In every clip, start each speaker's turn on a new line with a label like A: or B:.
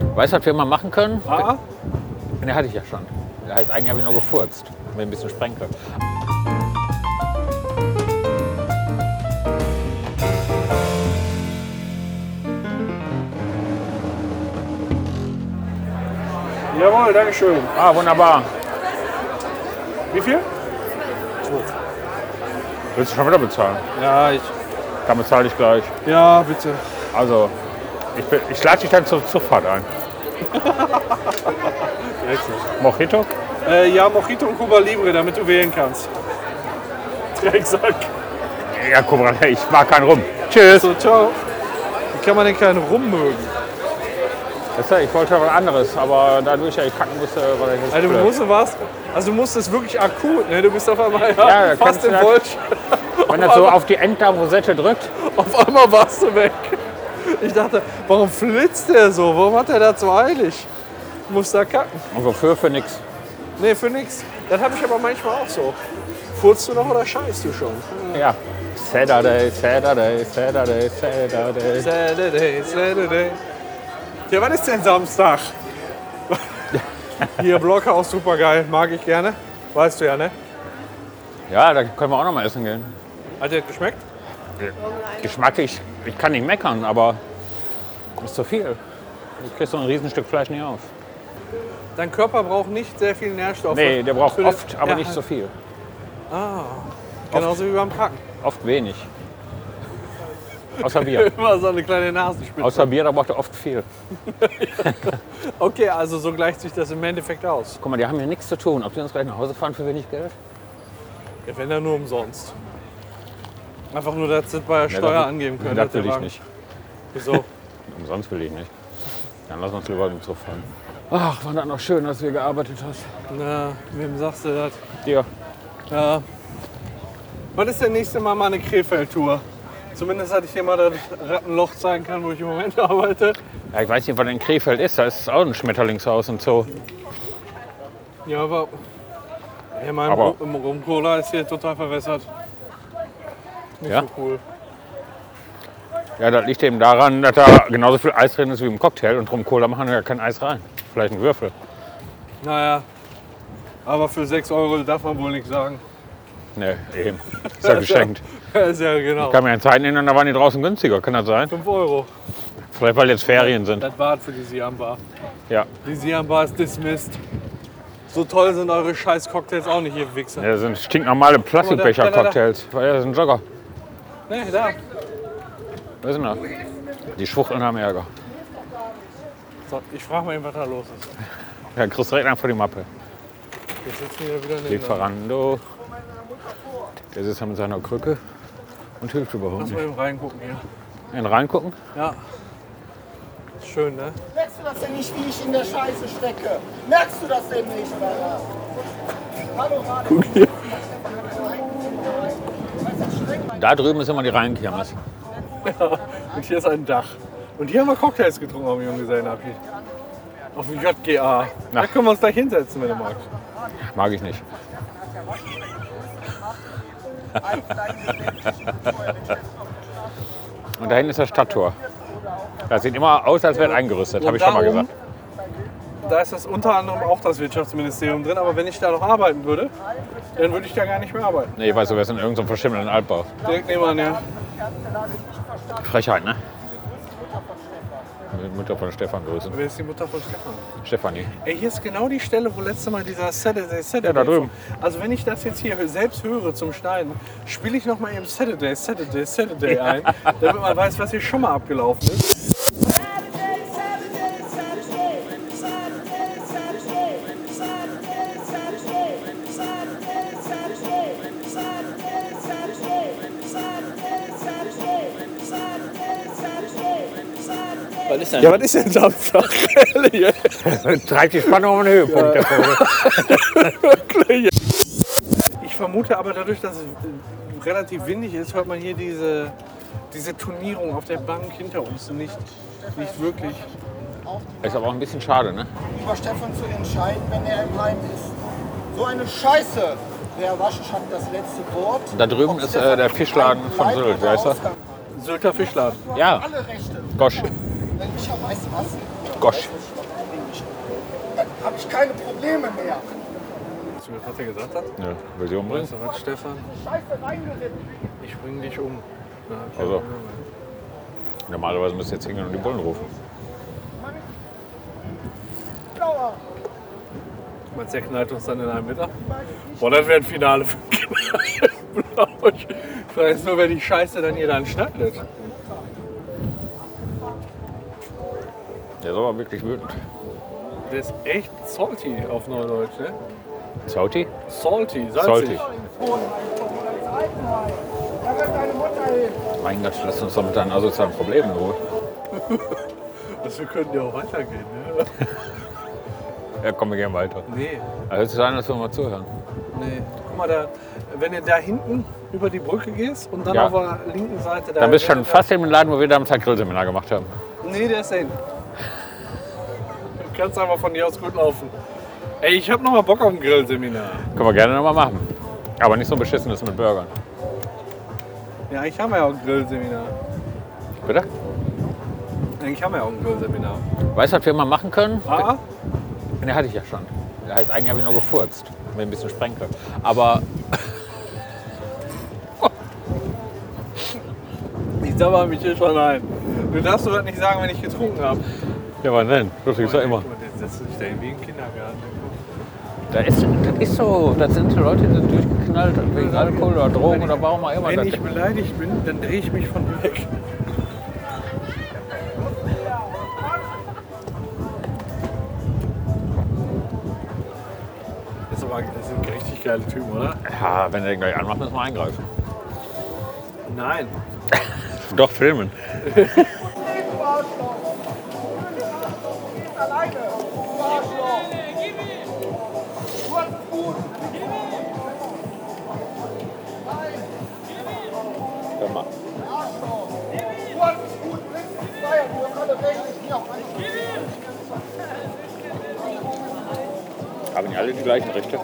A: Weißt du, was wir mal machen können?
B: Ah,
A: Ne, hatte ich ja schon. Das heißt, eigentlich habe ich nur gefurzt. Mir ein bisschen sprengen können.
B: jawohl, Dankeschön.
A: Ah, wunderbar.
B: Wie viel?
A: Willst du schon wieder bezahlen?
B: Ja, ich.
A: Dann bezahle ich gleich.
B: Ja, bitte.
A: Also, ich, bin- ich lade dich dann zur Zugfahrt ein. Mojito?
B: Äh, ja, Mojito und Cuba Libre, damit du wählen kannst. Drecksack.
A: Ja, guck mal, ich mag keinen rum. Tschüss.
B: So, ciao. Wie kann man denn keinen rummögen?
A: Weißt du, Ich wollte ja was anderes, aber dadurch, dass ich kacken äh, musste, war ich jetzt
B: Also du
A: blöd.
B: musst was, also du musst es wirklich akut, ne? Du bist auf einmal
A: Ja,
B: ja,
A: da
B: fast
A: kannst du
B: im
A: ja-
B: Wolsch.
A: Wenn das so auf die Enddarmrosette drückt,
B: Auf einmal warst du weg. Ich dachte, warum flitzt der so? Warum hat er das so eilig? Muss da kacken.
A: und wofür für nix.
B: Nee, für nix. Das habe ich aber manchmal auch so. Furzt du noch oder scheißt du schon?
A: Ja. Saturday, Saturday, Saturday, Saturday.
B: Saturday, Saturday. Ja, wann ist denn Samstag? Hier, Blockhaus, super geil. Mag ich gerne. Weißt du ja, ne?
A: Ja, da können wir auch noch mal essen gehen.
B: Hat dir das geschmeckt?
A: Geschmacklich, ich kann nicht meckern, aber ist zu viel. Du kriegst so ein Riesenstück Fleisch nicht auf.
B: Dein Körper braucht nicht sehr viel Nährstoffe.
A: Nee, der braucht
B: Für den-
A: oft, aber
B: Ja,
A: nicht so viel.
B: Genauso wie beim Kacken.
A: Oft wenig. Außer Bier.
B: Immer so eine kleine Nasenspitze.
A: Außer Bier, da braucht er oft viel.
B: Okay, also so gleicht sich das im Endeffekt aus.
A: Guck mal, die haben hier nichts zu tun. Ob die uns gleich nach Hause fahren für wenig Geld?
B: Ja, wenn dann nur umsonst. Einfach nur, dass sie das bei der
A: Ja,
B: Steuer
A: das-
B: angeben können.
A: Das
B: dass der
A: will ich
B: Wagen-
A: nicht.
B: Wieso?
A: Umsonst will ich nicht. Dann lass uns lieber den Zug fahren. Ach, war das noch schön, dass wir gearbeitet hast.
B: Na, wem sagst du das?
A: Ja.
B: Ja. Äh, Wann ist denn nächste Mal meine Krefeld-Tour? Zumindest hatte ich dir mal das Rattenloch zeigen kann, wo ich im Moment arbeite.
A: ja. Ich weiß nicht, was in Krefeld ist. Da ist auch ein Schmetterlingshaus und so.
B: Ja, aber. Ja, mein
A: Aber-
B: Rum- Rum-Cola ist hier total verwässert. Nicht
A: Ja?
B: so cool.
A: Ja, das liegt eben daran, dass da genauso viel Eis drin ist wie im Cocktail. Und drum Cola machen wir ja kein Eis rein. Vielleicht einen Würfel.
B: Naja. Aber für 6 Euro darf man wohl nichts sagen.
A: Nee, eben. Ist ja geschenkt.
B: Ja, ist ja genau.
A: Kam ja in Zeiten hin und da waren die draußen günstiger. Kann das sein?
B: 5 Euro.
A: Vielleicht, weil jetzt Ferien sind.
B: Das war's für die Siam-Bar.
A: Ja.
B: Die Siam-Bar ist dismissed. So toll sind eure scheiß Cocktails auch nicht, ihr Wichser.
A: Ja, das sind stinknormale Plastikbecher-Cocktails. Ja, das sind Jogger.
B: Nee, da.
A: Was ist denn das? Die Schwuchteln haben Ärger.
B: So, ich frage mal eben, was da los ist.
A: Ja, kriegst direkt einfach die Mappe.
B: Wir sitzen hier wieder nebeneinander.
A: Lieferando. Der sitzt da mit seiner Krücke und hilft überhaupt
B: Lass
A: nicht.
B: mal eben reingucken hier.
A: Einen reingucken?
B: Ja. Ist Schön, ne?
C: Merkst du das denn nicht, wie ich in der Scheiße stecke? Merkst du das denn nicht, äh, Alter? Hallo, Mann. Guck hier.
A: Da drüben ist immer die Rheinkirmes.
B: Und hier ist ein Dach. Und hier haben wir Cocktails getrunken auf dem Junggesellenabschied. Auf dem JGA. Da können wir uns gleich hinsetzen, wenn du magst.
A: Mag ich nicht. Und da hinten ist das Stadttor. Das sieht immer aus, als wäre es eingerüstet, habe ich schon mal
B: Darum,
A: gesagt.
B: Da ist das unter anderem auch das Wirtschaftsministerium drin. Aber wenn ich da noch arbeiten würde, dann würde ich da gar nicht mehr arbeiten.
A: Nee, weißt du, wir sind in irgendeinem verschimmelnden Altbau.
B: Direkt nebenan, ja.
A: Frechheit, ne? Die Mutter von Stefan grüßen.
B: Wer ist die Mutter von Stefan?
A: Stefanie.
B: Ey, hier ist genau die Stelle, wo letztes Mal dieser Saturday Saturday.
A: da drüben.
B: Also wenn ich das jetzt hier selbst höre zum Schneiden, spiele ich noch mal eben Saturday Saturday Saturday ein, damit man weiß, was hier schon mal abgelaufen ist.
D: Saturday, Saturday, Saturday, Saturday, Saturday, Saturday, Saturday, Saturday, Saturday, Saturday, Saturday, Saturday, Saturday, Saturday, Saturday, Saturday.
E: Was ist denn?
B: was ist denn Samstag?
A: Treibt die Spannung um den Höhepunkt. der Vogel.
B: ich vermute aber dadurch, dass es äh, relativ windig ist, hört man hier diese, diese Turnierung auf der Bank hinter uns nicht, nicht wirklich.
A: Ist aber auch ein bisschen schade, ne?
C: Über Stefan zu entscheiden, wenn er im Heim ist. So eine Scheiße. Wer waschen hat das letzte Wort.
A: Da drüben
C: Ob
A: ist,
C: Stefan
A: äh, der Fischladen
C: bleibt
A: von
C: oder
A: Sylt, weißt du?
C: Ausgang.
B: Sylter Fischladen.
A: Ja,
C: Alle Rechte.
A: Gosch.
C: Wenn ich ja weiß was.
A: Gosch.
C: ich keine Probleme mehr.
B: Hast du gehört, was er gesagt hat?
A: Ne, will sie umbringen?
B: Weißt du was, Stefan?
C: Scheiße reingeritten.
B: Ich bring dich um. Na, okay.
A: Also. Normalerweise müsst ihr jetzt hingehen und die Bullen rufen.
C: Dauer.
B: Meinst du, der knallt uns dann in einem Mittag? Boah, das wäre ein Finale für Knallblausch. Ich weiß nur, wer die Scheiße dann hier dann schneidet.
A: Der ist aber wirklich wütend.
B: Der ist echt salty auf Neudeutsch, ne?
A: Zauti?
B: Salty, salzig.
A: Salty.
C: Altenheim. Da wird deine Mutter hin.
A: Mein Gott, lass uns doch mit deinen asozialen Problemen in Ruhe.
B: Also wir können ja auch weitergehen, ne?
A: Ja, komm, wir gehen weiter.
B: Nee,
A: Da Hört sich an, dass wir mal zuhören.
B: nee. Guck mal, da, wenn du da hinten über die Brücke gehst und dann
A: Ja.
B: auf der linken Seite...
A: Da bist du schon fast im Laden, wo wir damals ein Grillseminar gemacht haben.
B: Nee, der ist hin. Du kannst aber von hier aus gut laufen. Ey, ich hab nochmal Bock auf ein Grillseminar.
A: Können wir gerne nochmal machen. Aber nicht so ein beschissenes mit Burgern.
B: Ja, ich habe ja auch ein Grillseminar.
A: Bitte?
B: Eigentlich haben wir ja auch ein Grillseminar.
A: Weißt du, was wir mal machen können?
B: Ah,
A: Ne, hatte ich ja schon. Das heißt, eigentlich habe ich nur gefurzt. Mit ein bisschen Sprengkraft. Aber
B: ich sabber mich hier schon ein. Du darfst sowas nicht sagen, wenn ich getrunken habe.
A: Ja, wann denn? Das gibt's ja immer.
B: Jetzt setzt du dich da hin wie im Kindergarten.
A: Das ist, das ist so. Das sind so Leute, die sind durchgeknallt wegen Alkohol oder Drogen oder warum auch immer.
B: Wenn
A: Das,
B: ich beleidigt bin, dann drehe ich mich von dir weg. Das ist aber das sind richtig geile Typen, oder?
A: ja, wenn der gleich anmacht, müssen wir eingreifen.
B: Nein.
A: Doch, filmen.
C: Ey, du Arschloch. Du gehst alleine. Du Arschloch. Du hast es gut. Nein, Arschloch. Du hast es gut. Du bist ein Zweier. Du hast alle recht. Ich geh auf einen.
A: Haben die alle die gleichen Rechte?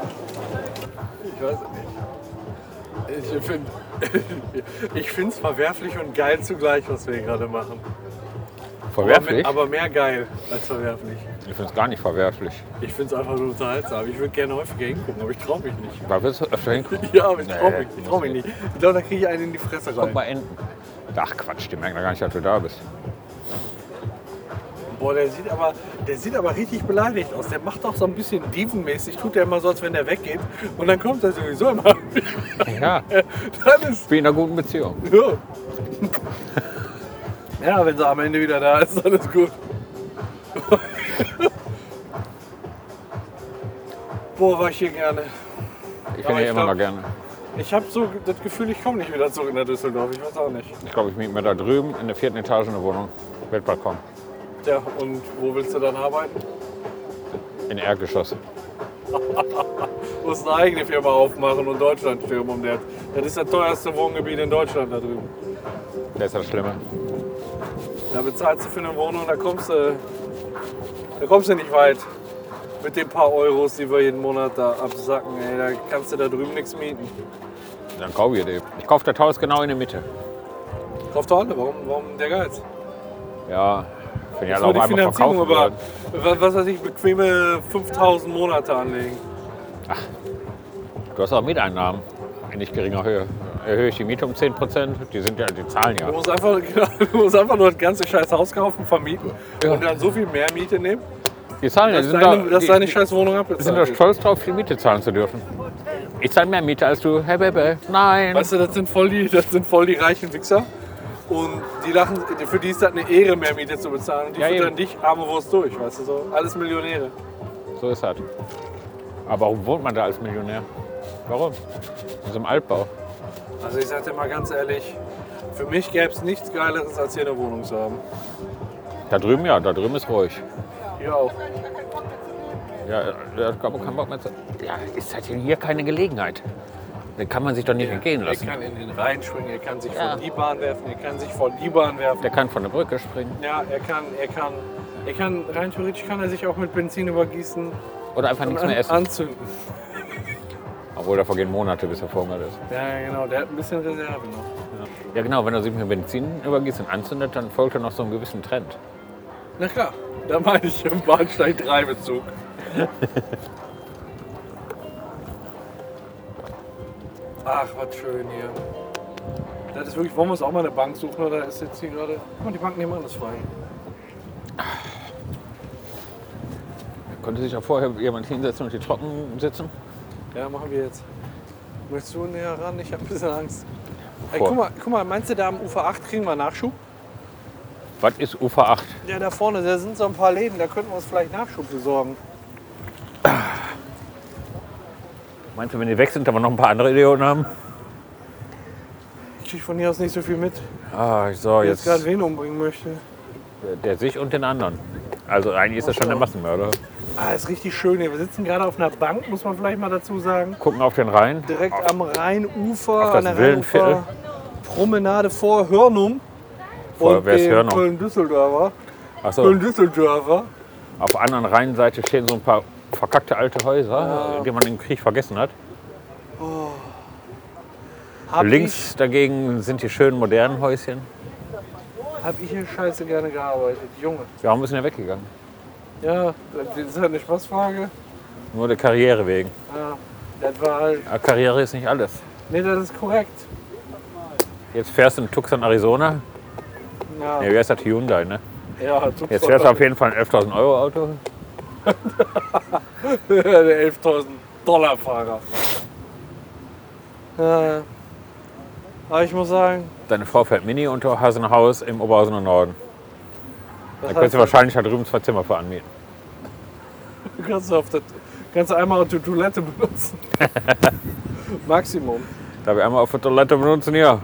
B: Ich weiß es nicht. Ich finde ich find's verwerflich und geil zugleich, was wir hier gerade machen.
A: Verwerflich?
B: Aber, aber mehr geil als verwerflich.
A: ich finde es gar nicht verwerflich.
B: Ich find's einfach nur unterhaltsam. Ich würde gerne häufiger hingucken, aber ich traue mich nicht.
A: Da willst du öfter hingucken.
B: Ja, aber ich traue
A: Nee,
B: mich, ich trau mich nicht. Ich glaube, da kriege ich einen in die Fresse
A: Guck
B: rein.
A: mal Enten. Ach Quatsch, die merken doch gar nicht, dass du da bist.
B: Boah, der sieht, aber, der sieht aber richtig beleidigt aus. Der macht auch so ein bisschen dievenmäßig. Tut der immer so, als wenn der weggeht. Und dann kommt er sowieso immer.
A: Ja,
B: Dann ist
A: wie in einer guten Beziehung.
B: Ja. ja, wenn sie am Ende wieder da ist, dann ist gut. Boah, war ich hier gerne.
A: Ich bin
B: Aber
A: hier
B: ich
A: immer noch
B: glaub-
A: gerne.
B: Ich habe so das Gefühl, ich komme nicht wieder zurück nach Düsseldorf. Ich weiß auch nicht.
A: Ich glaube, ich miete mir da drüben in der vierten Etage eine Wohnung. Wird bald kommen.
B: Ja, und wo willst du dann arbeiten?
A: In Erdgeschoss.
B: Du musst eine eigene Firma aufmachen und Deutschland stürmen. Um der, das ist das teuerste Wohngebiet in Deutschland da drüben.
A: Das ist das Schlimme.
B: Da bezahlst du für eine Wohnung, da kommst du, da kommst du nicht weit. Mit den paar Euros, die wir jeden Monat da absacken, ey, da kannst du da drüben nichts mieten.
A: Dann kaufe ich das eben. Ich kaufe das Haus genau in der Mitte.
B: Kauf doch alle, warum, warum der Geiz?
A: Ja, wenn ja
B: Soll
A: auch einmal verkaufen
B: über,
A: würden.
B: wa- was weiß ich, bequeme 5000 Monate anlegen.
A: Du hast auch Mieteinnahmen in nicht geringer Höhe. Erhöhe ich die Miete um 10%, die sind ja, die zahlen ja.
B: Du musst einfach, genau, du musst einfach nur das ganze scheiß Haus kaufen, vermieten und dann so viel mehr Miete nehmen,
A: Die zahlen ja, die
B: dass
A: sind,
B: deine,
A: da,
B: dass
A: die,
B: deine
A: die
B: scheiß
A: sind
B: Wohnung
A: da
B: abbezahlt wird.
A: stolz drauf, viel Miete zahlen zu dürfen. Ich zahle mehr Miete als du. Hey Baby, nein.
B: Weißt du, das sind voll die, das sind voll die reichen Wichser. Und die lachen, für die ist das eine Ehre, mehr Miete zu bezahlen. Und die
A: Ja,
B: füttern
A: eben.
B: dich arme Wurst durch, weißt du so. Alles Millionäre.
A: So ist das. Aber warum wohnt man da als Millionär? Warum? In so einem Altbau.
B: Also ich sag dir mal ganz ehrlich, für mich gäbe es nichts Geileres, als hier eine Wohnung zu haben.
A: Da drüben ja, da drüben ist ruhig.
B: Hier auch.
A: Ja, da hat Gabo keinen Bock mehr zu. Ja, ist halt hier keine Gelegenheit. Den kann man sich doch nicht entgehen lassen.
B: Er kann in den Rhein springen, er kann sich
A: Ja.
B: von die Bahn werfen, er kann sich von die Bahn werfen.
A: Der kann von der Brücke springen
B: Ja, er kann, er kann, er kann, rein theoretisch kann er sich auch mit Benzin übergießen
A: oder einfach
B: und
A: nichts
B: an,
A: mehr essen.
B: anzünden.
A: Obwohl, da vergehen Monate, bis er verhungert ist.
B: Ja, genau, der hat ein bisschen Reserve noch.
A: Ja, genau, wenn er sich mit Benzin übergießt und anzündet, dann folgt er noch so einem gewissen Trend.
B: Na klar, da meine ich im Bahnsteig 3 Bezug. Ach, was schön hier. Das ist wirklich, wollen wir uns auch mal eine Bank suchen oder ist jetzt hier gerade. Guck mal, die Bank nebenan ist frei.
A: Konnte sich ja vorher jemand hinsetzen und hier trocken sitzen?
B: Ja, machen wir jetzt. Möchtest du näher ran? Ich habe ein bisschen Angst. Ey,
A: Vor.
B: guck, mal, guck mal, meinst du, da am Ufer 8 kriegen wir Nachschub?
A: Was ist Ufer 8?
B: Ja, da vorne, da sind so ein paar Läden, da könnten wir uns vielleicht Nachschub besorgen.
A: Meinst du, wenn die weg sind, aber noch ein paar andere Idioten haben?
B: Ich krieg von hier aus nicht so viel mit,
A: Ah, so,
B: wer jetzt
A: jetzt,
B: gerade wen umbringen möchte.
A: der sich und den anderen. Also eigentlich ist das schon der Massenmörder.
B: Ah, ist richtig schön hier. Wir sitzen gerade auf einer Bank, muss man vielleicht mal dazu sagen.
A: Gucken auf den Rhein.
B: Direkt am Rheinufer,
A: das
B: an der
A: Villenviertel.
B: Rheinufer Promenade vor Hörnum.
A: Vor-
B: und
A: wer ist
B: dem
A: Hörnum?
B: Köln-Düsseldorfer.
A: Achso,
B: Köln-Düsseldorfer.
A: auf der anderen Rheinseite stehen so ein paar verkackte alte Häuser, die man im Krieg vergessen hat.
B: Hab
A: Links dagegen sind die schönen modernen Häuschen.
B: Ich, hab ich hier scheiße gerne gearbeitet, Junge.
A: Warum ist denn der weggegangen?
B: Ja, das ist halt eine Spaßfrage.
A: Nur der Karriere wegen.
B: Ja, das war halt.
A: Aber Karriere ist nicht alles.
B: Nee, das ist korrekt.
A: Jetzt fährst du in Tucson, Arizona.
B: Ja,
A: Ne, wer ist das? Hyundai, ne?
B: ja tut's
A: Jetzt
B: doch.
A: fährst du auf jeden Fall ein 11.000 Euro Auto.
B: der 11.000 Dollar Fahrer. Ja, aber ich muss sagen,
A: Deine Frau fährt Mini und du hast ein Haus im Oberhausener Norden. Da
B: das
A: könntest du
B: heißt,
A: wahrscheinlich da drüben zwei Zimmer für anmieten.
B: du kannst, auf das, kannst du einmal auf die Toilette benutzen. Maximum.
A: Darf ich einmal auf der Toilette benutzen? Ja.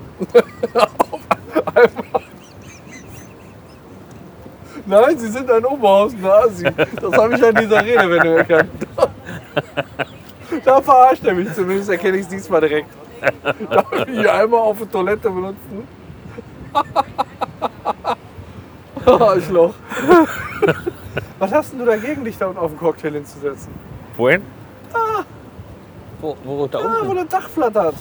B: Nein, sie sind ein Oberhausen-Nazi. Das habe ich an dieser Redewendung erkannt. Da verarscht er mich zumindest, erkenne ich es diesmal direkt. Darf ich hier einmal auf die Toilette benutzen? Oh, Arschloch. Was hast denn du dagegen, dich da unten auf den Cocktail hinzusetzen?
A: Wohin? Wo, wo da
B: Ah, wo
A: unten?
B: der Dach flattert.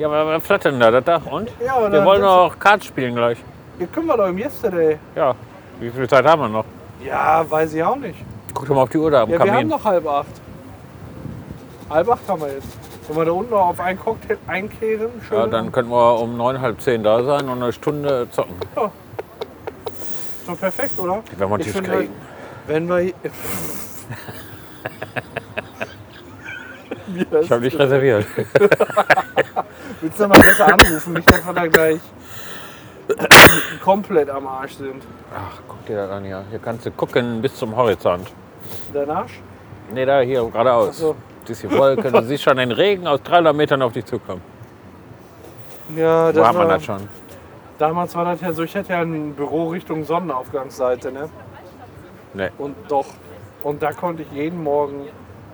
A: Ja, aber wir flattern da das Dach und?
B: Ja, aber
A: Wir
B: dann-
A: wollen noch Kart spielen gleich.
B: Hier können wir doch im Yesterday.
A: Ja. Wie viel Zeit haben wir noch?
B: Ja, weiß ich auch nicht.
A: Guck doch mal auf die Uhr da am
B: Ja, wir haben
A: Kamin.
B: noch halb acht. Halb acht haben wir jetzt. Wenn wir da unten noch auf einen Cocktail einkehren, schön.
A: Ja, dann könnten wir um neun, halb zehn da sein und eine Stunde zocken.
B: So perfekt, oder?
A: Wenn wir einen
B: Ich
A: Tisch
B: finde
A: kriegen.
B: halt, Wenn wir hier. Wie das-
A: Ich habe dich reserviert.
B: Willst du mal besser anrufen, nicht, dass wir da gleich komplett am Arsch sind.
A: Ach, guck dir das an hier. Hier kannst du gucken bis zum Horizont.
B: Dein Arsch?
A: Nee, da hier
B: Ach
A: geradeaus.
B: so.
A: Siehst die Wolken, du siehst schon den Regen aus 300 Metern auf dich zukommen.
B: Ja,
A: Wo
B: das
A: hat man
B: war,
A: das schon?
B: damals war das ja so, ich hatte ja ein Büro Richtung Sonnenaufgangsseite, ne?
A: Nee.
B: Und doch. Und da konnte ich jeden Morgen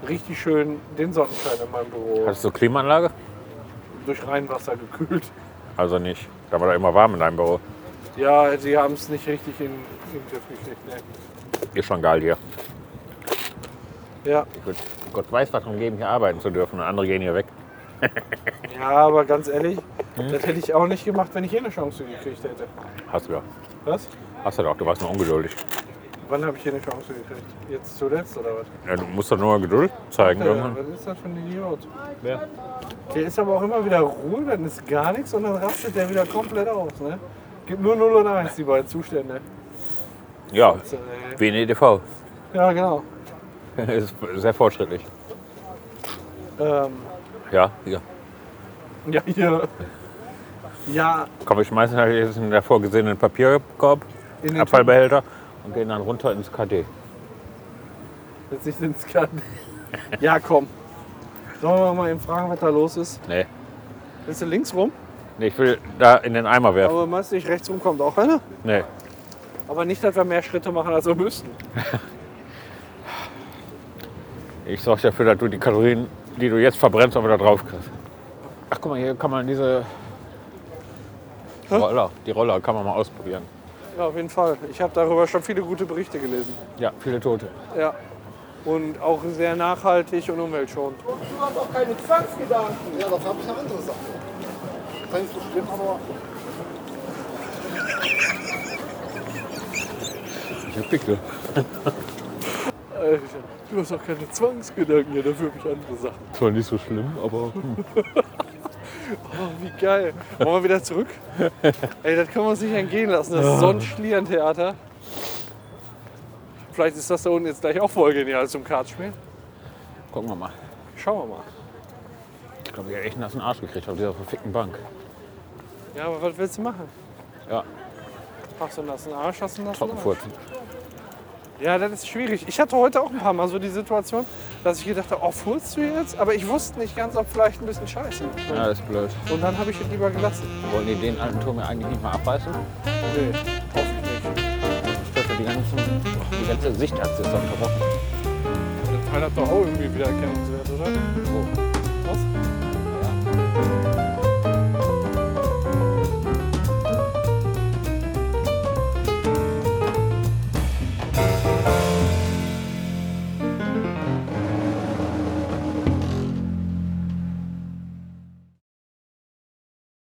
B: richtig schön den Sonnenschein in meinem Büro
A: Hattest du Klimaanlage?
B: durch Rheinwasser gekühlt.
A: Also nicht. Da war doch immer warm in deinem Büro.
B: Ja, sie haben es nicht richtig in, in den Griff gekriegt, ne?
A: Ist schon geil hier.
B: Ja.
A: Gut. Gott weiß, was darum geben, hier arbeiten zu dürfen. Und andere gehen hier weg.
B: Ja, aber ganz ehrlich, das hätte ich auch nicht gemacht, wenn ich eh eine Chance gekriegt hätte.
A: Hast du ja.
B: Was?
A: Hast du doch. Du warst nur ungeduldig.
B: Wann habe ich hier eine Chance gekriegt? Jetzt zuletzt oder was?
A: Ja, du musst doch nur Geduld zeigen
B: Ja,
A: irgendwann.
B: Äh, was ist das für ein Idiot?
A: Ja.
B: Der ist aber auch immer wieder Ruhe, dann ist gar nichts und dann rastet der wieder komplett aus, ne? Gibt nur 0 und 1, die beiden Zustände.
A: ja.
B: So, ey.
A: Wie in EDV.
B: Ja, genau.
A: Ist sehr fortschrittlich.
B: Ähm,
A: Ja, ja.
B: ja, hier. Ja,
A: Komm, wir schmeißen halt jetzt in den vorgesehenen Papierkorb,
B: in den
A: Abfallbehälter und gehen dann runter ins KD.
B: Topf, Jetzt nicht ins Garten. Ja, komm. Sollen wir mal eben fragen, was da los ist?
A: Nee.
B: Bist du links rum?
A: nee, ich will da in den Eimer werfen.
B: Aber meinst du nicht, rechts rum kommt auch einer?
A: Nee.
B: Aber nicht, dass wir mehr Schritte machen, als wir müssen.
A: Ich sorge dafür, dass du die Kalorien, die du jetzt verbrennst, auch wieder drauf kriegst. Ach, guck mal, hier kann man diese Roller, die Roller kann man mal ausprobieren.
B: Ja, auf jeden Fall. Ich habe darüber schon viele gute Berichte gelesen.
A: Ja, viele Tote.
B: Ja. Und auch sehr nachhaltig und umweltschonend.
C: Du hast auch keine Zwangsgedanken.
E: Ja, dafür habe ich eine andere Sache. Das ist nicht so schlimm, aber
A: Ich hab Pickel.
B: Alter, du hast doch keine Zwangsgedanken hier, dafür habe ich andere Sachen.
A: Zwar nicht so schlimm, aber hm.
B: Oh, wie geil. Wollen wir wieder zurück? Ey, das können wir uns nicht entgehen lassen, das Sonnenschlierentheater. Vielleicht ist das da unten jetzt gleich auch voll genial zum Kartspielen.
A: gucken wir mal.
B: Schauen wir mal.
A: Ich glaube, ich habe echt einen nassen Arsch gekriegt auf dieser verfickten Bank.
B: Ja, aber was willst du machen?
A: Ja,
B: Hast du einen nassen Arsch, hast du einen nassen Arsch?
A: Trockenfurzen.
B: Ja, das ist schwierig. Ich hatte heute auch ein paar Mal so die Situation, dass ich gedacht habe, oh, furzt du jetzt? Aber ich wusste nicht ganz, ob vielleicht ein bisschen scheiße.
A: Ja, das ist blöd.
B: Und dann habe ich es lieber gelassen.
A: Wollen die den alten Turm ja eigentlich nicht mal abreißen?
B: Nee, hoffentlich nicht.
A: Das ist die, ganzen, die ganze Sichtachse ist doch verbrochen.
B: Das Teil hat doch auch irgendwie wiedererkennungswert, oder?
A: Oh.
B: Was?
A: Ja.